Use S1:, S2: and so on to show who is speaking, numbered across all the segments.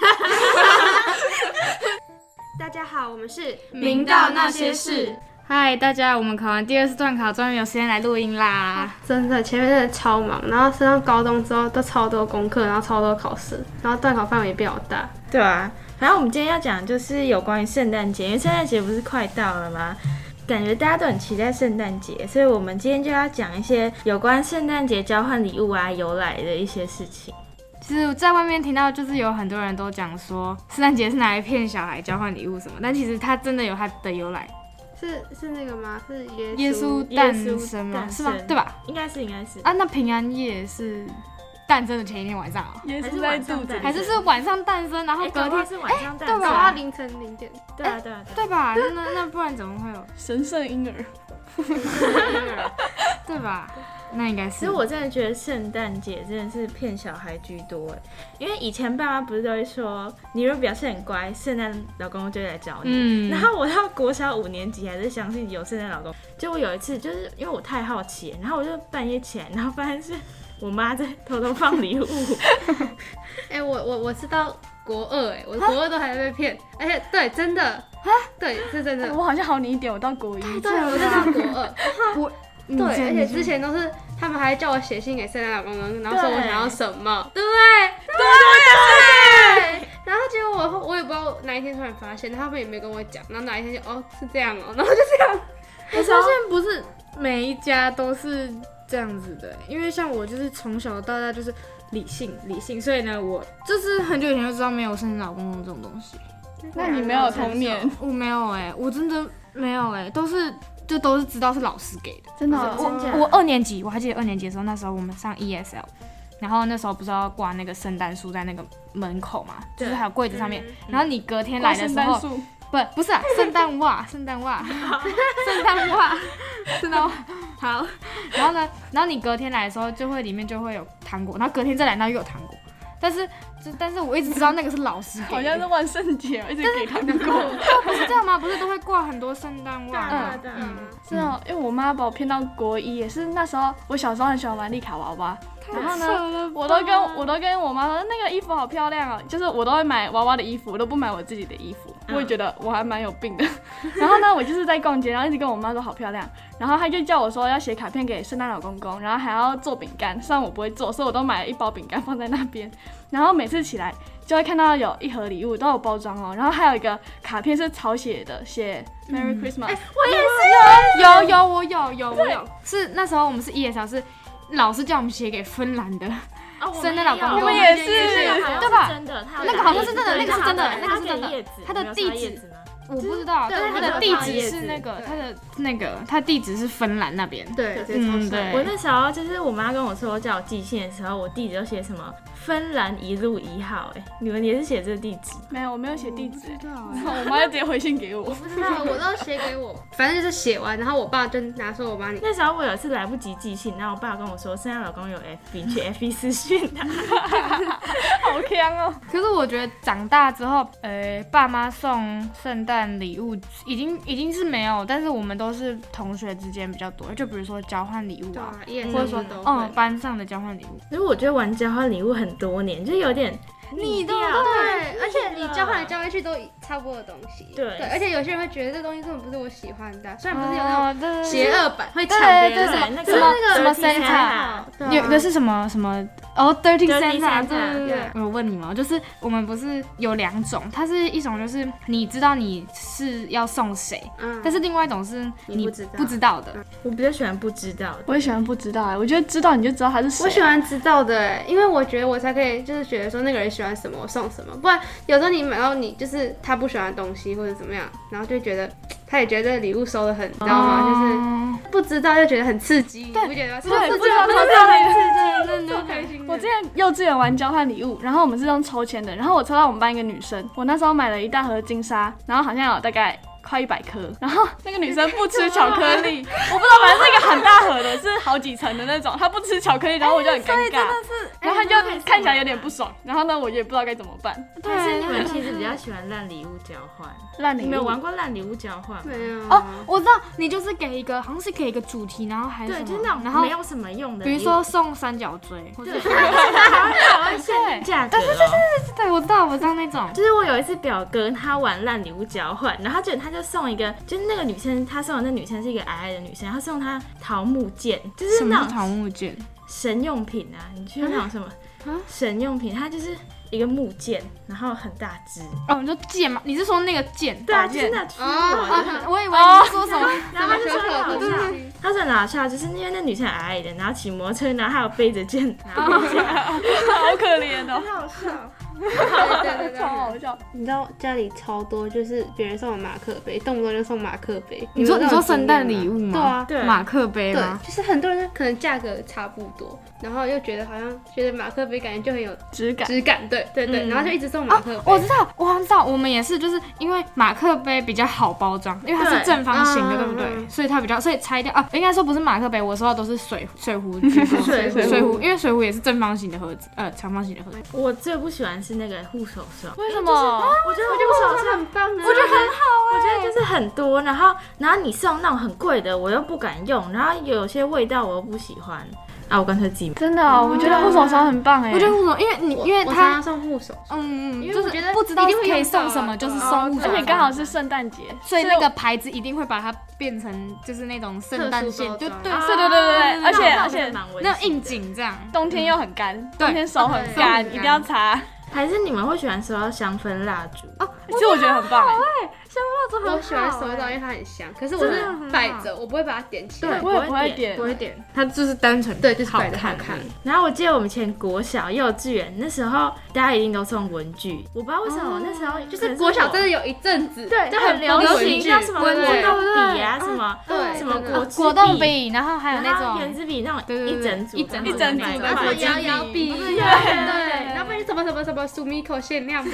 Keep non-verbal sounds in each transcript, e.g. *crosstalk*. S1: *laughs* 我们是
S2: 明道那些事。
S3: 嗨，大家，我们考完第二次段考，终于有时间来录音啦！
S1: 真的，前面真的超忙，然后升上高中之后都超多功课，然后超多考试，然后段考范围也比较大。
S2: 对啊，然后我们今天要讲就是有关于圣诞节，因为圣诞节不是快到了吗？感觉大家都很期待圣诞节，所以我们今天就要讲一些有关圣诞节交换礼物啊、由来的一些事情。
S3: 其实，在外面听到就是有很多人都讲说，圣诞节是拿来骗小孩交换礼物什么，但其实它真的有它的由来。
S1: 是是那个吗？是耶
S3: 耶稣诞生吗？
S2: 诞
S3: 是吗？
S2: 生
S3: 对吧？
S2: 应该是，应该是。
S3: 啊，那平安夜是诞生的前一天晚上哦，
S4: 耶
S2: 还是
S4: 稣在
S2: 晚上
S4: 肚子
S2: 诞
S4: 里，
S3: 还是是晚上诞生，然后
S2: 哎
S3: 隔
S2: 搞不好
S3: 天
S2: 是晚上
S3: 对
S2: 诞生，
S1: 搞
S3: 吧
S1: 到哦凌晨零点，
S2: 对啊，对啊，对啊。
S3: 对吧？那那那不然怎么会 *laughs* 有
S4: 神圣婴儿，
S3: 对吧？那应该是
S2: 其实我真的觉得圣诞节真的是骗小孩居多哎，因为以前爸妈不是都会说，你如果表现很乖，圣诞老公公就会来找你。
S3: 嗯，
S2: 然后我到国小五年级还是相信有圣诞老公。就我有一次，就是因为我太好奇了，然后我就半夜起来，然后发现是我妈在偷偷放 *laughs* 礼物。
S3: 嗯
S1: 哎、我我我是到国二哎、我国二都还被骗，而且对，真的啊，对，是真的。
S4: 我好像好你一点，我到国一，
S1: 对，我是到国二，
S3: 你
S1: 对，
S3: 这
S1: 而
S3: 你
S1: 且
S3: 这
S1: 之前都是他们还叫我写信给圣诞老公公，然后说我想要什么，对不对？对对对。然后结果我我也不知道哪一天突然发现，他们也没跟我讲，然后哪一天就哦是这样哦，然后就这样。
S3: 我发现不是每一家都是这样子的，欸因为像我就是从小到大就是理性理性，所以呢，我就是很久以前就知道没有圣诞老公公这种东西，
S4: 那你没有童年，
S3: 我没有哎、我真的没有哎、都是就都是知道是老师给的。
S4: 真的
S2: 哦
S4: 哦，
S2: 真假
S3: 我我二年级我还记得二年级的时候，那时候我们上 ESL，然后那时候不是要挂那个圣诞树在那个门口嘛，就是
S2: 对
S3: 还有柜子上面，
S1: 嗯
S3: 然后你隔天来
S4: 挂
S3: 的
S4: 圣
S3: 时
S4: 诞
S3: 候，
S4: 树，
S3: 不，不是啊，圣诞袜，圣诞袜， *laughs* 圣诞袜，圣诞袜，好。然后呢，然后你隔天来的时候，就会里面就会有糖果，然后隔天再来，那又有糖果。但是，就但是我一直知道那个是老师给
S4: 好
S3: 的
S4: 像是万圣节，一直给糖 *laughs* 果。
S3: 不是这样吗？不是都会挂很多圣诞
S2: 对
S3: 袜吗
S2: 啊？对啊对啊
S1: 嗯，
S4: 是哦，因为我妈把我骗到国一，也是那时候我小时候很喜欢玩丽卡娃娃，然后呢，
S3: 呢
S4: 我都跟我都跟我妈说那个衣服好漂亮哦，就是我都会买娃娃的衣服，我都不买我自己的衣服，
S2: 嗯
S4: 我也觉得我还蛮有病的。 *laughs* 然后呢，我就是在逛街，然后一直跟我妈说好漂亮，然后她就叫我说要写卡片给圣诞老公公，然后还要做饼干，虽然我不会做，所以我都买了一包饼干放在那边， *laughs* 然后每次起来就会看到有一盒礼物都有包装哦，然后还有一个卡片是草写的，写 Merry Christmas，、
S3: 有有我有有我有，是那时候我们是 ESL，是老师叫我们写给芬兰的，圣诞老公公
S2: 我
S3: 哦我们
S2: 们也
S4: 也
S2: 有 *laughs*
S4: 是
S2: 好像
S3: 对吧
S2: 是真的，它有
S3: 那个好像是真的，
S2: 叶
S3: 那
S2: 子
S3: 个是真的，
S2: 对
S3: 那个是真
S2: 它有叶
S3: 的
S2: 子。
S3: 它的
S2: 你有
S3: 地
S2: 看到叶
S3: 址
S2: 子吗
S3: 我不知道，
S1: 对
S3: 但是它
S2: 它
S3: 的
S2: 有
S3: 地
S2: 放
S3: 址
S2: 叶
S3: 是
S2: 子
S3: 那个，
S1: 对
S3: 它的那个，它地址是芬兰那边。
S1: 对
S2: 对
S3: 嗯对
S2: 我那时候就是我妈跟我说叫我寄信的时候，我地址就写什么芬兰一路一号、哎，你们也是写这个地址？
S4: 没有我没有写地址、欸
S3: 知道
S4: 然后 *laughs* 我妈就直接回信给我，
S1: 不知道，我都写给我，反正就是写完，然后我爸就拿说我帮你。
S2: 那时候我有一次来不及寄信，然后我爸跟我说，圣诞老公有 FB，你去 FB 私讯他。
S4: 好香哦。
S3: 可是我觉得长大之后，呃，爸妈送圣诞礼物已经已经是没有，但是我们都是同学之间比较多，就比如说交换礼物
S1: 对
S3: 啊，
S1: 啊，也
S3: 或者说
S1: 都
S3: 嗯班上的交换礼物。
S2: 因为我觉得玩交换礼物很多年，就有点
S3: 腻
S2: 掉
S3: 掉
S1: 对，而且你交换来交换去都差不多的东西。
S2: 对
S1: 而且有些人会觉得这东西根本不是我喜欢的，虽然不是有那种
S3: 哦，对
S1: 邪恶版会抢
S3: 对
S1: 别人
S3: 对
S1: 的
S3: 对
S2: 那
S3: 什么什么
S2: Dirty
S3: Santa
S1: 对啊
S3: 有一个是什么什么哦，Dirty
S2: Dirty
S3: Santa，
S2: Santa，
S3: 对对对。我问你们哦，就是我们不是有两种，它是一种就是你知道你是要送谁，
S1: 嗯
S3: 但是另外一种是
S1: 你
S3: 你
S1: 不知道
S3: 不知道的，
S2: 我比较喜欢不知道的。
S4: *laughs* 我也喜欢不知道哎、我觉得知道你就知道他是谁啊、
S1: 我喜欢知道的欸，因为我觉得我才可以，就是觉得说那个人喜欢什么，我送什么。不然有时候你买到你就是他不喜欢的东西或者怎么样，然后就觉得他也觉得这个礼物收的很，你知道吗？
S3: 吗？
S1: 就是不知道就觉得很刺激，你
S3: 哦对
S1: 不觉得吗？
S4: 对
S1: 超
S4: 不知
S1: 超
S4: 道
S1: 刺激，真的超开心的。
S4: 我之前幼稚园玩交换礼物，然后我们是用抽签的，然后我抽到我们班一个女生，我那时候买了一大盒金沙，然后好像有大概快一百颗，然后那个女生不吃巧克力，我不知道，反正是一个很大盒的，是好几层的那种，她不吃巧克力，然后我就很尴
S1: 哎
S4: 尬，然后她就看起来有点不爽，然后呢，我也不知道该怎么办，
S2: 但是你们其实比较喜欢烂礼物交
S1: *laughs*
S2: 换，
S4: 烂
S2: 你
S4: 礼
S2: 们有
S4: 物。
S2: 玩过烂礼物交换吗？
S1: 没有啊
S3: 哦，
S2: 嗯
S3: 我知道，你就是给一个，好像是给一个主题，然后还是
S2: 对，
S3: 什么
S2: 就是那
S3: 然
S2: 种
S3: 后
S2: 没有什么用的礼
S3: 比
S2: 物，
S3: 如说送三角锥，或者
S2: *laughs* 对，台湾台湾限价格、哦。
S3: 对，我知道，我知道那种，
S2: 就是我有一次表哥他玩烂礼物交换，然后他就他就送一个，就是那个女生，他送的那女生是一个矮矮的女生，他送她桃木剑，就是
S3: 什么
S2: 那
S3: 是
S2: 种
S3: 桃木剑？
S2: 神用品啊，你去那种什么
S1: 啊
S2: 神用品，它就是一个木剑，然后很大只，
S3: 哦，你说剑吗？你是说那个剑？
S2: 对啊，
S3: 宝
S2: 就
S3: 剑
S2: 是那出
S1: 哦
S2: 国的。
S3: 啊，我以为你是说什
S2: 然后 *laughs*
S3: 么？
S2: 然后他就说很好
S1: 对
S2: 笑，
S1: 对
S2: 他说很好笑，就是因为那女生矮矮的，然后骑摩托车，然后还有背着剑，
S4: 哦
S2: 然后背着剑
S4: 好可怜哦，
S2: 很好笑。
S1: 哦对
S4: 超好笑。
S1: 你知道家里超多，就是别人送我马克杯，动不动就送马克杯。
S3: 你说
S1: 们
S3: 你
S1: 有这种
S3: 说圣诞
S1: 经验
S3: 礼物吗？
S1: 对啊，
S2: 对
S3: 马克杯
S1: 对
S3: 吗，？
S1: 就是很多人可能价格差不多，然后又觉得好像觉得马克杯感觉就很有
S4: 质感。
S1: 质感，对对对，
S4: 嗯
S1: 然后就一直送马
S3: 啊
S1: 克杯。，
S3: 我知道，我好像知道，我们也是，就是因为马克杯比较好包装，因为它是
S2: 对
S3: 正方形的，
S1: 嗯
S3: 对不
S1: 嗯
S3: 对？所以它比较，所以拆掉啊，应该说不是马克杯，我收到都是水水壶居多
S2: 水壶
S3: 水
S2: *laughs*
S3: 壶，因为水壶也是正方形的盒子，呃，长方形的盒子。
S2: 我最不喜欢是那个护手霜，
S4: 为什么？
S2: 我觉得
S1: 我
S2: 护
S1: 觉得
S2: 手
S1: 我
S2: 霜
S1: 很棒啊，我觉得很好。
S2: 哦我觉得就是很多，然后然后你送那种很贵的，我又不敢用，然后有些味道我又不喜欢啊，我干脆自己买。
S4: 真的哦，我觉得护手霜很棒哎。
S3: 哦我觉得护手，因为你因为
S1: 我
S3: 它
S1: 常常送护手霜，
S3: 嗯，嗯，
S1: 因为
S3: 就
S1: 我
S3: 是
S1: 觉得
S3: 不知道
S1: 一定会
S3: 可
S1: 用
S3: 以
S1: 到
S3: 送什么，
S1: 啊
S3: 就是
S1: 对啊
S3: 送物，
S1: 对
S4: 哎而且刚好是圣诞节，
S3: 所以
S4: 我
S3: 那个牌子一定会把它变成就是那种圣诞线，
S1: 特殊
S3: 就
S1: 包装
S3: 对，
S2: 啊
S3: 对对对对，
S4: 那
S3: 而且
S4: 我
S3: 而
S4: 而且
S2: 蛮危
S3: 那种应景这样。
S4: 冬天又很干，
S3: 对
S4: 冬天手很干，
S1: 对
S4: 一定要擦。
S2: 还是你们会喜欢收到香氛蜡烛？
S4: 其实我觉得很棒哎，
S1: 我喜欢手到，因为它很香，可是我
S2: 真
S1: 是
S2: 的
S1: 摆着，我不会把它点起
S2: 对
S1: 来。
S4: 我也不会点
S2: 不
S1: 会点，
S3: 它就是单纯
S1: 对，就是
S3: 好
S1: 摆着好
S3: 看
S1: 看。
S2: 然后我记得我们以前国小、幼稚园那时候，大家一定都送文具，我不知道为什么、那时候
S1: 就
S2: 就是
S1: 国小真的有一阵子，
S2: 对
S1: 就
S2: 就很流行，像
S1: 像
S2: 什么
S1: 对
S2: 果
S1: 对
S2: 冻笔啊，什么
S1: 对
S2: 什么
S1: 对
S2: 果
S3: 果冻
S2: 冻，
S3: 笔，然后还有那
S2: 然后圆
S3: 种
S2: 珠笔那种
S3: 对对对
S2: 一整组，
S3: 一整
S4: 一整组
S2: 然后
S4: 的
S1: 然
S2: 买
S1: 后
S2: 回
S1: 什么
S2: 来
S1: 摇
S4: 果
S1: 摇笔，
S2: 对
S1: 对，然后不然什么什么什么苏米口限量
S3: *laughs*
S1: 版，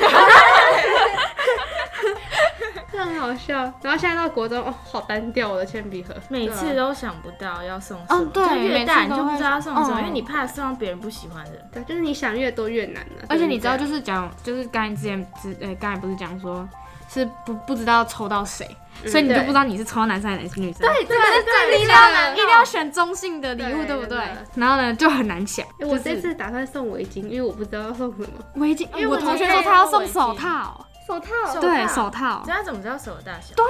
S1: 这很好笑。然后现在到国中，哦，好单调我的铅笔盒，啊
S2: 每次都想不到要送什么，
S3: 嗯对
S2: 就越
S3: 每
S2: 大
S3: 次
S2: 你
S3: 都会
S2: 就不知道要送什么，
S3: 嗯
S2: 因为你怕送到别人不喜欢的。
S1: 对，啊就是你想越多越难了。
S3: 而且你知道，
S1: 对
S3: 就是讲，就是刚才之前之，呃，刚才不是讲说，是不不知道抽到谁，
S1: 嗯
S3: 所以你就
S1: 对
S3: 不知哎道你是抽到男生还是女生。对，
S1: 不对对对，
S3: 一定
S1: 对
S3: 要一定要选中性的礼物，
S1: 对
S3: 对不
S1: 真
S3: 对
S1: 的？
S3: 然后呢，就很难想。
S1: 我这
S3: 就是
S1: 次打算送围巾，因为我不知道要送什么，
S3: 围巾，
S2: 因为
S3: 我
S2: 我
S3: 同学
S2: 觉得
S3: 说
S2: 可以
S3: 他要
S2: 用
S3: 送
S2: 围
S3: 手
S2: 巾
S3: 套，
S1: 手套
S3: 对手套
S2: 这。样怎么知道手的大小？对，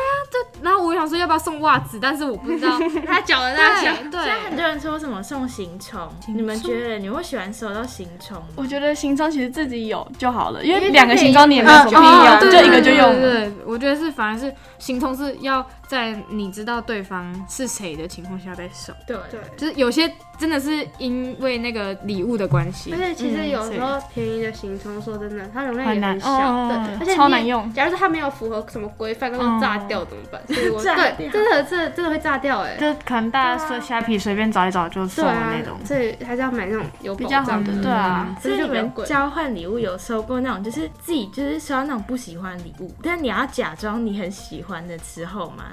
S3: 然后我想说要不要送袜子，但是我不知道
S1: 他脚的大
S3: 大
S1: 小
S3: 小。。
S2: 很
S3: 对，
S2: 多人说什么送行虫，你们觉得你会喜欢收到行虫吗？
S4: 我觉得行装其实自己有就好了，因
S1: 因
S4: 为
S1: 为
S4: 两个行装你也没有什么
S2: 可以用
S4: 必
S2: 啊
S4: 要，
S2: 对
S4: 就
S2: 对
S4: 一个就用
S3: 哦对
S4: 了。
S3: 对对我觉得是反而是行通是要在你知道对方是谁的情况下再送，
S2: 对
S1: 对，
S3: 就是有些真的是因为那个礼物的关系
S1: 而。且其
S3: 嗯
S4: 嗯
S1: 实有时候便宜的行充，说真的，它容量也很小，对，
S3: 哦
S1: 而且你
S4: 超难用。
S1: 假如说它没有符合什么规范，那就炸掉怎么办？所以我
S3: 哦
S2: 炸掉
S1: 对，真的真的真的会炸掉哎。
S4: 就可能大家说虾皮随便找一找就
S1: 对啊，所以还是要买那种有保障的，
S3: 比较好的
S4: 对啊，
S2: 所以
S1: 就
S2: 你
S1: 比较
S2: 们
S1: 贵。
S2: 交换礼物有收过那种，就是自己就是收到那种不喜欢的礼物，但你要假装你很喜欢的时候吗？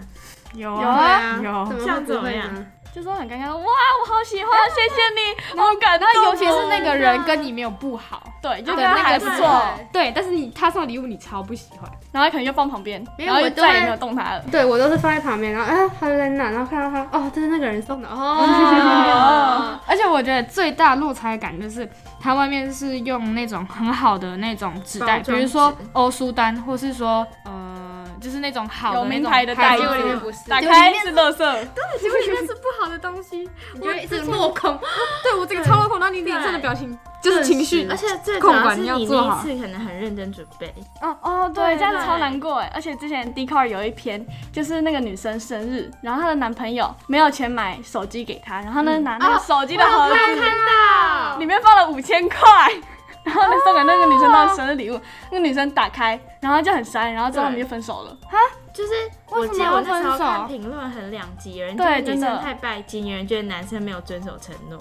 S4: 有
S1: 对啊，
S4: 有，
S1: 怎么
S2: 像
S1: 会
S2: 怎
S1: 不
S2: 么
S1: 会
S2: 样
S1: 呢？
S4: 就说很尴尬，说哇，我好喜欢，谢谢你，好感动哦。
S3: 尤其是那个
S1: 啊
S3: 人跟你没有不好，
S4: *laughs* 对，就
S3: 对
S4: 觉得还不
S3: 那个
S4: 错，
S3: 对，但是你他送的礼物你超不喜欢，
S4: 然后他可能就放旁边，
S1: 没
S4: 然
S1: 有我
S4: 后就
S1: 都
S4: 再也
S1: 会
S4: 没有动它了。
S1: 对我都是放在旁边，然后啊，他就在那，然后看到他，哦，这是那个人送
S3: *laughs*
S1: 的哦。
S3: 而且我觉得最大落差感就是，它外面是用那种很好的那种纸袋，
S2: 包装
S3: 比
S2: 纸
S3: 如说欧舒丹，或是说呃，就是那种好
S4: 有
S3: 的那
S4: 名
S3: 种
S4: 牌的袋
S1: 结
S4: 子
S1: 果里面不是，
S4: 打开是垃圾，
S3: 结果里面是不好的东 *laughs* 西。
S1: 你就一直落空。
S3: *laughs* 对我这个超落空，然后你脸上的表情就是情绪
S2: 而。且最主要是
S3: 控管
S2: 你
S3: 要做
S2: 那
S3: 好
S2: 一次可能很认真准备，
S4: 哦哦，对，
S2: 对
S4: 这样
S2: 对
S4: 超难过哎。而且之前 d c a r 有一篇，就是那个女生生日，然后她的男朋友没有钱买手机给她，然后呢拿那个手机的盒子，
S1: 看
S4: 里面放了五千块，然后呢送给那个女生当生日礼物。那个女生打开，然后就很塞，然后之后我们就分手了。
S2: 就是我
S3: 为什么
S2: 记得我
S3: 要
S2: 那时
S3: 分
S2: 候
S3: 手
S2: 看评论很两极，有人觉得
S4: 对
S2: 女
S4: 真
S2: 生
S4: 的
S2: 太拜金，有人觉得男生没有遵守承诺。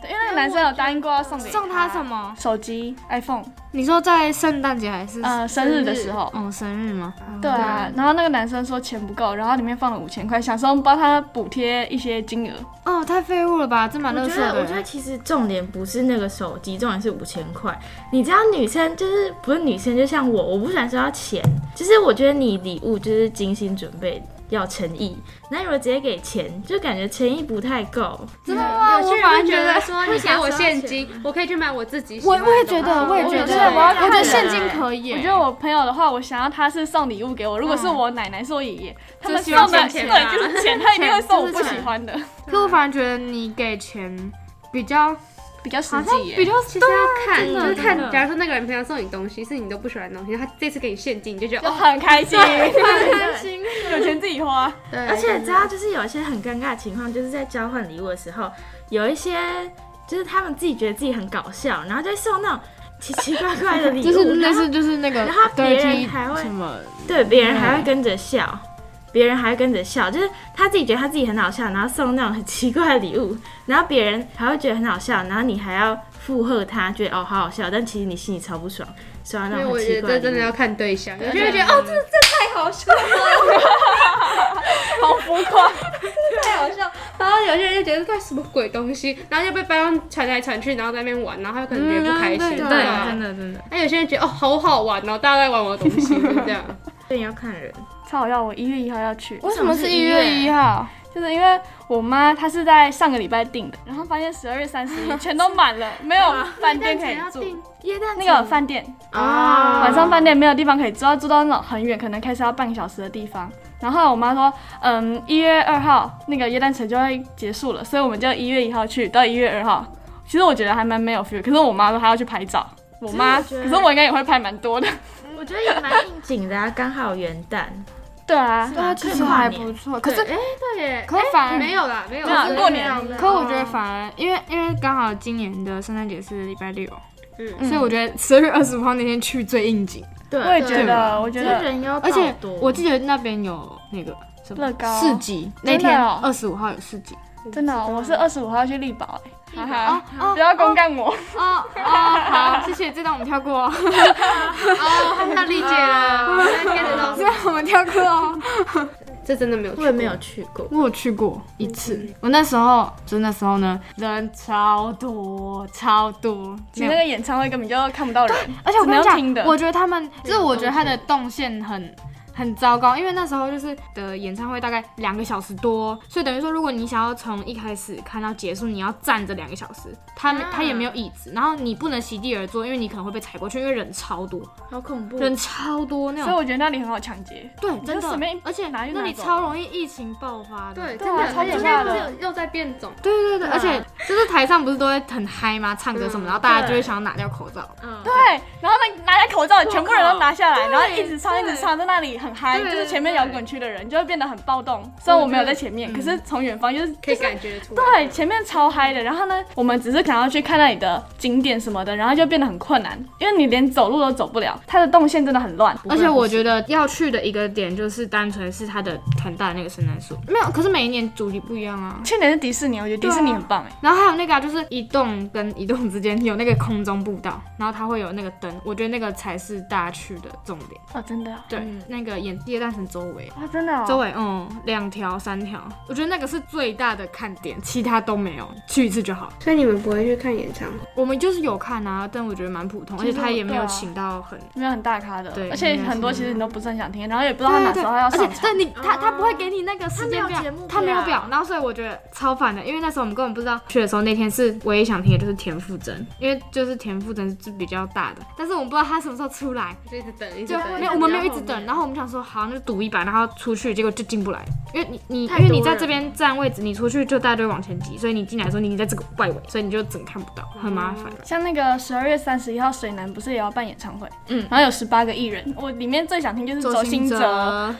S4: 对，因为那个男生有答应过要送给
S3: 送他什么？
S4: 手机 iPhone，
S3: 你说在圣诞节还是？
S4: 呃，生日的时候。
S3: 哦，生日吗？
S4: 对啊，然后那个男生说钱不够，然后里面放了五千块，想说帮他补贴一些金额。
S3: 哦，太废物了吧，这蛮
S2: 我
S3: 乐
S2: 觉
S3: 色
S2: 得，
S3: 的
S2: 我觉得
S3: 人。
S2: 其实重点不是那个手机，重点是五千块。你知道女生就是不是女生，就像我，我不喜欢收到钱，就是我觉得你礼物就是精心准备，要诚意。那如果直接给钱，就感觉诚意不太够。
S3: 真的吗？
S1: 嗯有
S3: 我
S1: 些
S3: 反而
S1: 人
S3: 觉
S1: 觉得
S3: 得，
S1: 说你给我现金，我可以去买我自己喜
S3: 我
S1: 欢的
S3: 我也
S1: 东西
S3: 觉得，呃我也觉
S4: 我
S3: 得
S4: 觉，得我要看
S3: 觉得
S2: 人
S3: 现金可以耶。
S4: 我觉得我朋友的话，我想要他是送礼物给我，如果是我奶嗯奶是我爷爷，他们
S1: 就
S4: 送
S1: 喜欢
S4: 的
S1: 钱啊
S4: 对就是钱，他一定会送我
S3: 钱
S4: 不喜欢的，
S3: 可我反而觉得你给钱比较
S4: 比较实
S3: 好像
S4: 际
S3: 比
S4: 耶。
S3: 较
S1: 其实要看，
S2: 真的
S1: 就是
S2: 真的
S1: 看，假如说那个人平常送你东西是你都不喜欢的东西，他这次给你现金，你就觉得
S4: 就
S1: 哦，
S4: 很开心，
S1: 开心。
S4: 有钱自己花。
S1: 对，
S2: 而且知道，就是有一些很尴尬的情况，就是在交换礼物的时候，有一些就是他们自己觉得自己很搞笑，然后就会送那种奇奇怪怪的礼物，
S3: *laughs* 就是
S2: 然
S3: 类
S2: 后
S3: 似就是那个
S2: 然后别人
S3: dirty
S2: 还会
S3: 什么，
S2: 对，别人还会跟着笑，别人还会跟着笑，就是他自己觉得他自己很好笑，然后送那种很奇怪的礼物，然后别人还会觉得很好笑，然后你还要附和他，觉得哦好好笑，但其实你心里超不爽，收到
S1: 因
S2: 那
S1: 为
S2: 种
S1: 我
S2: 很
S1: 觉得
S2: 奇怪
S1: 这真的
S2: 礼
S1: 要
S2: 物。
S1: 看对象，有些人觉得哦，这这太
S4: *laughs*
S1: 好笑了，
S4: 好浮夸，
S1: 太好笑，然后有些人就觉得这什么鬼东西，然后就被班上传来传去，然后在那边玩，然后他可能觉得不开心，
S3: 嗯对，
S1: 啊
S3: 真。的真的。
S1: 那有些人觉得哦，好好玩哦，大家在玩我的东西，就
S4: *laughs*
S1: 这样。
S2: 对，要看人。
S4: 超好笑！我一月一号要去，
S3: 为
S2: 什么是一月一
S3: 号？
S4: 就是因为我妈她是在上个礼拜订的，然后发现十二月三十一全都满了，没有啊饭店可以住。
S2: 耶诞
S4: 那个饭店
S2: 啊，
S4: 晚上饭店没有地方可以住，要住到那种很远，可能开车要半个小时的地方。然后后来我妈说，嗯，一月二号那个耶诞城就会结束了，所以我们就一月一号去到一月二号。其实我觉得还蛮没有 feel，可是我妈说她要去拍照，我妈，
S2: 真的觉
S4: 可
S2: 得
S4: 是我应该也会拍蛮多的。
S2: 我觉得也蛮应景的啊，刚好元旦。
S4: 对啊，
S3: 对啊，其实还不错。可
S2: 对
S3: 是
S1: 哎，对耶，
S3: 可反而
S1: 没有啦，没有，
S4: 没有
S1: 是
S4: 过年
S1: 这样的
S3: 可我觉
S1: 哦
S3: 得反而，因为因为刚好今年的圣诞节是礼拜六，
S1: 嗯
S3: 所以我觉得十二月二十五号那天去最应景。
S2: 对，
S4: 我也觉得，我
S2: 觉
S4: 觉
S2: 得
S4: 得
S2: 人妖
S3: 而且
S2: 爆多，
S3: 我记得那边有那个什么
S4: 乐高
S3: 市集，
S4: 真
S3: 那
S4: 的
S3: 天
S4: 哦
S3: 二十五号有市集。
S4: 真的，我是二十五号去力宝，哎，哈哈，
S3: 哦
S4: 不要公干我。
S3: 哦哦，好，谢谢，这段我们跳过哦，
S1: 哦，他理解
S3: *laughs*
S2: 啊 *laughs*
S1: 了，现在 get 到
S3: 这段我们跳过哦。
S1: 这真的没有，
S2: 我也没有，去过。
S3: 我有去过一次，
S4: 嗯
S3: 我那时候就那时候呢，人超多超多，
S4: 其
S3: 没
S4: 实
S3: 有
S4: 那个演唱会根本就看不到人，
S3: 而且我
S4: 只
S3: 跟
S4: 能
S3: 你
S4: 用听的
S3: 讲，我觉得他们就是我觉得他的动线很。很糟糕，因为那时候就是的演唱会大概两个小时多，所以等于说，如果你想要从一开始看到结束，你要站着两个小时，他
S2: 啊
S3: 他也没有椅子，然后你不能席地而坐，因为你可能会被踩过去，因为人超多，
S2: 好恐怖！
S3: 人超多那
S4: 所以
S3: 种，
S4: 我觉得那里很好抢劫。
S3: 对，
S4: 就
S3: 真
S4: 随便
S3: 的，而且
S4: 拿就拿
S3: 那里
S4: 走啊
S3: 超容易疫情爆发的，
S1: 对，
S4: 对
S1: 真
S4: 啊
S1: 的，
S4: 超
S1: 而且
S4: 可
S1: 现
S4: 怕
S1: 在
S4: 的
S1: 不是有又在变种，
S3: 对对对，
S2: 对啊
S3: 而且就是台上不是都会很嗨吗？唱歌什么，然后大家就会想要拿掉口罩。
S2: 嗯，
S4: 嗯对，然后那拿下口罩，全部人都拿下来，然后一直唱，一
S1: 对
S4: 直唱，在那里很嗨，就
S1: 对
S4: 是前面摇滚区的人就会变得很暴动。虽然我没有在前面，可是从远方就是
S1: 可以感觉得出来。
S4: 对，前面超嗨的，然后呢，我们只是想要去看那里的景点什么的，然后就变得很困难，因为你连走路都走不了，它的动线真的很乱。
S3: 而且我觉得要去的一个点就是单纯是它的很大的那个圣诞树，没有，可是每一年主题不一样啊。
S4: 去年是迪士尼，我觉得
S1: 啊
S4: 迪士尼很棒哎，
S3: 然后还有那个、啊、就是一栋跟一栋之间有那个空中步道，然后它会有那个灯，我觉得那个才是大家去的重点。
S4: 哦，真的啊，
S3: 对，那个演夜诞城周围，
S4: 哇，真的哦，
S3: 周围嗯两条三条，我觉得那个是最大的看点，其他都没有，去一次就好。
S1: 所以你们不会去看演唱会？
S3: 我们就是有看啊，但我觉得蛮普通，而
S4: 其
S3: 且
S4: 实
S3: 他
S4: 我
S3: 也没
S4: 对
S3: 有
S4: 啊
S3: 请到很
S4: 没有很大咖的，
S3: 对
S4: 而且很多其实你都不是很想听，然后也不知道他哪时候要
S3: 而且
S4: 上场
S3: 但。你他他不会给你那个时间表
S2: 他没有节目表，
S3: 他没有表，然后所以我觉得超烦的，因为那时候我们根本不知道去的时候那天是唯一想听的就是田馥甄，因为就是田馥甄是比较大的，但是我们不知道他什么时候出来，
S1: 就一直等，一直
S3: 就
S1: 等。
S3: 没有我们没有一直等，然后我们想说好那就赌一把，然后出去，结果就进不来，因为你你
S2: 太
S3: 因
S2: 多
S3: 为你在这边占位置，你出去就大家就会往前挤，所以你进来的时候你已经在这个外围，所以你就整个看不到，很麻烦。
S4: 像那个十二月三十一号，水南不是也要办演唱会？嗯，然后有十八个艺人，我里面最想听就是周兴哲。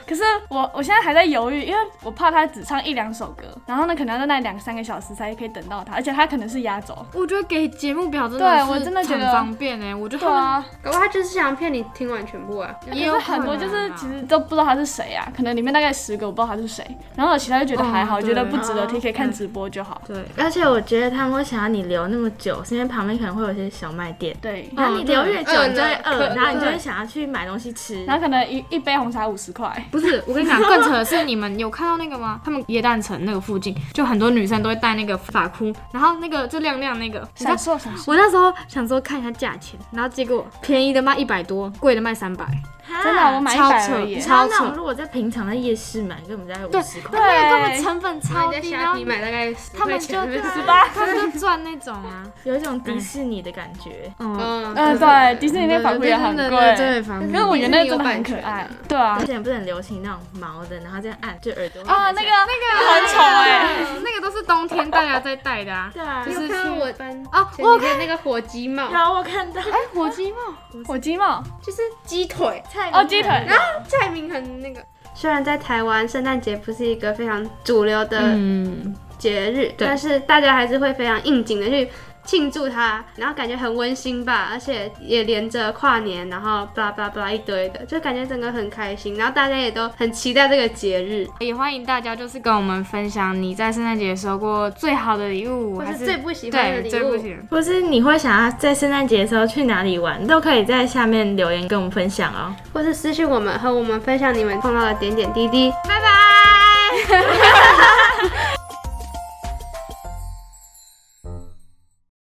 S4: 可是我我现在还在犹豫，因为我怕他只唱一两首歌，然后呢可能要在那两三个小时才可以等到他，而且他可能是压轴。
S3: 我觉得给节目表真的
S4: 对
S3: 是
S4: 我真的觉
S3: 很
S4: 得
S3: 方便哎、我觉得
S4: 对
S3: 他们
S4: 啊，
S1: 搞不好他就是想骗你听完全部啊。
S4: 也
S3: 也
S4: 有
S3: 有
S4: 很多
S3: 可
S4: 就
S3: 能
S4: 是
S3: 啊
S4: 其实实都不知道他是谁啊，可能里面大概十个我不知道他是谁，然后其他就觉得还好，
S2: 哦
S4: 觉得
S2: 对
S4: 不值得听，
S2: 哦
S4: 可以看直播就好。
S2: 对，而且我觉得他们会想要你留那么久，是因为旁边可能会有一些小卖店，
S4: 对，
S2: 然后你留越久，
S1: 饿了
S2: 你就会
S1: 渴
S2: 饿，
S1: 了
S2: 然后你就会想要去买东西吃。
S4: 然后可能一一杯红茶五十块，
S3: 不是，我跟你讲，更扯的是，你们有看到那个吗？ *laughs* 他们椰蛋城那个附近，就很多女生都会戴那个发箍，然后那个就亮亮那个，你知道
S4: 闪烁闪烁，
S3: 我那时候想说看一下价钱，然后结果便宜的卖一百多，贵的卖三百，
S2: 哈
S4: 真的啊我买一
S3: 超
S4: 百
S3: 扯
S4: 而已
S2: 你
S3: 超。
S2: 知道那种如果在平常在夜市买，根本在五十块。
S3: 那个根本
S4: 对
S3: 成本
S1: 然
S3: 超
S1: 后你在
S3: 低，
S1: 虾
S3: 然后
S1: 皮买大概十
S3: 他
S1: 块
S3: 们就
S1: 钱，
S3: 对
S1: 是
S3: 啊他们就赚那种啊，
S2: 有一种迪士尼的感觉。
S3: 嗯，
S1: 嗯
S4: 嗯，对，迪士尼那
S3: 对
S4: 法
S3: 对
S4: 规也很
S3: 对
S4: 贵，
S3: 对对，反
S4: 可是我觉得那个真的很可
S1: 迪士尼有版权
S4: 爱
S1: 啊，
S4: 对啊
S2: 而，且不是很流行那种毛的，然后这样按，就耳朵会
S4: 啊，那
S2: 这
S4: 个
S2: 样
S4: 那个很丑哎，
S3: 那个都是冬天大家在戴的啊。
S2: 对啊
S1: 你
S3: 就，是
S1: 有看到我班
S3: 哦
S1: 前几天那个火鸡帽，
S2: 然后我看到
S3: 哎，火鸡帽，
S4: 火鸡帽
S1: 就是鸡腿。
S2: 蔡
S4: 哦，鸡腿，
S1: 然后蔡明很那个，
S5: 虽然在台湾圣诞节不是一个非常主流的
S3: 嗯，
S5: 节日，但是大家还是会非常应景的去庆祝它，然后感觉很温馨吧，而且也连着跨年，然后巴拉巴拉巴拉一堆的，就感觉整个很开心，然后大家也都很期待这个节日。
S3: 也欢迎大家就是跟我们分享你在圣诞节收过最好的礼物，
S1: 我
S3: 还
S1: 是
S3: 是
S1: 最不喜欢的
S3: 对
S1: 礼
S3: 最不
S1: 物。
S3: 喜欢。
S2: 或是你会想要在圣诞节的时候去哪里玩，都可以在下面留言跟我们分享哦。
S5: 或是私信我们，和我们分享你们碰到的点点滴滴。
S3: 拜拜。